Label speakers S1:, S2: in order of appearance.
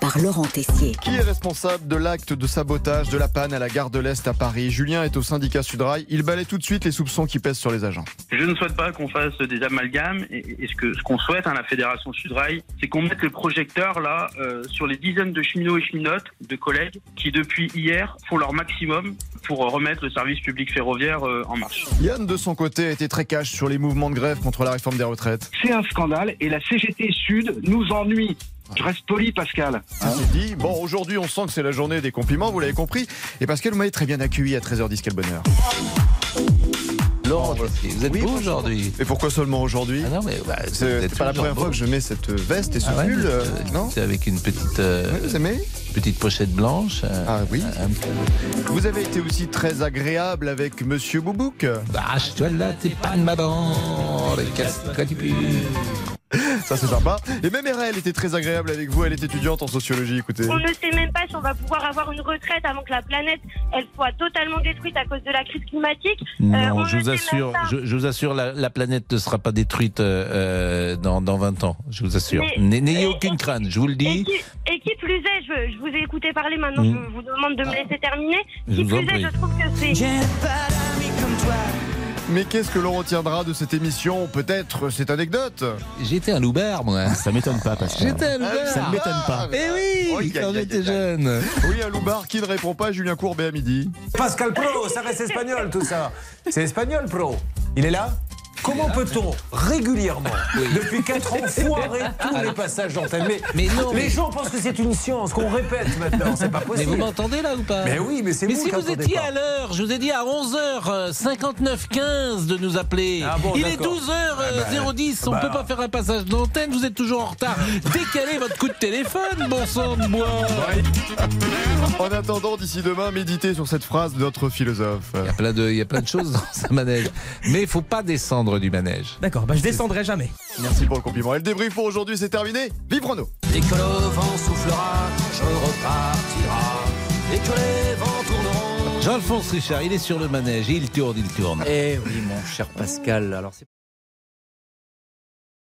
S1: par Laurent Tessier.
S2: Qui est responsable de l'acte de sabotage de la panne à la gare de l'Est à Paris Julien est au syndicat Sudrail. Il balaie tout de suite les soupçons qui pèsent sur les agents.
S3: Je ne souhaite pas qu'on fasse des amalgames. Et, et ce que ce qu'on souhaite à la fédération Sudrail, c'est qu'on mette le projecteur là euh, sur les dizaines de cheminots et cheminotes, de collègues qui depuis hier font leur maximum pour euh, remettre le service public ferroviaire euh, en marche.
S2: Yann, de son côté, a été très cash sur les mouvements de grève contre la réforme des retraites.
S4: C'est un scandale et la CGT Sud nous ennuie. Je reste poli, Pascal.
S5: Ah.
S2: Ça c'est dit. Bon, aujourd'hui, on sent que c'est la journée des compliments, vous l'avez compris. Et Pascal, vous m'avez très bien accueilli à 13h10, quel bonheur.
S5: Laurent, vous êtes
S2: Oui,
S5: beau
S2: bonjour.
S5: aujourd'hui.
S2: Et pourquoi seulement aujourd'hui
S5: Ah non, mais bah, vous
S2: C'est
S5: êtes
S2: c'est pas la
S5: toujours
S2: première
S5: beau.
S2: fois que je mets cette veste et ce
S5: Ah ouais,
S2: pull,
S5: mais,
S2: euh,
S5: euh,
S2: non
S5: c'est avec une petite, euh,
S2: Oui, Vous aimez
S5: petite pochette blanche. euh,
S2: Ah oui.
S5: un-
S2: Vous avez été aussi très agréable avec Monsieur Boubouk.
S5: Arrache-toi là, t'es pas de ma bande. Euh, Casse-toi du cul.
S2: Ça, c'est sympa. Et même RL était très agréable avec vous. Elle est étudiante en sociologie, écoutez.
S6: On ne sait même pas si on va pouvoir avoir une retraite avant que la planète elle soit totalement détruite à cause de la crise climatique.
S5: Non,
S6: Euh, on
S5: je
S6: le
S5: vous
S6: sait
S5: assure,
S6: même pas.
S5: je, je vous assure, la, la planète ne sera pas détruite euh, euh, dans, dans 20 ans. Je vous assure.
S6: Mais-
S5: N- N'ayez
S6: et-
S5: aucune
S6: et-
S5: crainte, je vous le
S6: Et
S5: dis.
S6: qui, et qui plus est, je, je vous ai écouté parler maintenant,
S5: Mm.
S6: je vous demande de me laisser terminer.
S5: Je
S6: qui
S5: vous en
S6: plus est,
S5: prie.
S6: je trouve que c'est
S2: Mais qu'est-ce que l'on retiendra de cette émission Peut-être cette anecdote
S5: J'étais un loubert, moi.
S7: Ah, Ça m'étonne pas, parce que
S5: J'étais un
S8: Ah
S5: loubert.
S7: Ça ne m'étonne pas.
S5: Eh oui,
S2: Oh, y a-
S5: quand
S2: y a-
S5: j'étais
S2: y a-
S5: jeune.
S2: Oui, à Loubar qui ne répond pas, Julien Courbet à midi.
S8: Pascal Pro, ça reste espagnol tout ça. C'est espagnol Pro. Il est là Comment peut-on régulièrement, depuis 4 ans, foirer tous les passages d'entamés
S5: Mais non,
S8: Les
S5: mais-
S8: gens pensent que c'est une science qu'on répète maintenant, c'est pas
S5: Mais vous
S8: possible.
S5: m'entendez là ou pas
S8: Mais oui, mais c'est
S5: Mais
S8: vous
S5: si
S8: qui
S5: vous
S8: entendez
S5: étiez
S8: pas.
S5: à l'heure, je vous ai dit à 11h59-15 de nous appeler.
S8: Ah bon,
S5: Il est
S8: d'accord.
S5: 12h010, on
S8: bah
S5: peut pas
S8: alors.
S5: faire un passage d'antenne, vous êtes toujours en retard. Décalez votre coup de téléphone, bon sang de bois
S2: En attendant, d'ici demain, méditez sur cette phrase de notre philosophe.
S5: Il y a plein de, il y a plein de choses dans ce manège. Mais il faut pas descendre du manège.
S7: D'accord, bah je descendrai jamais.
S2: Merci pour le compliment. Et le débrief pour aujourd'hui, c'est terminé. Vive Renault
S8: Dès que le vent soufflera, je repartira. Dès que les vents tourneront.
S5: Jean-Alphonse Richard, il est sur le manège, il tourne, il tourne.
S7: Eh oui, mon cher Pascal. Alors, c'est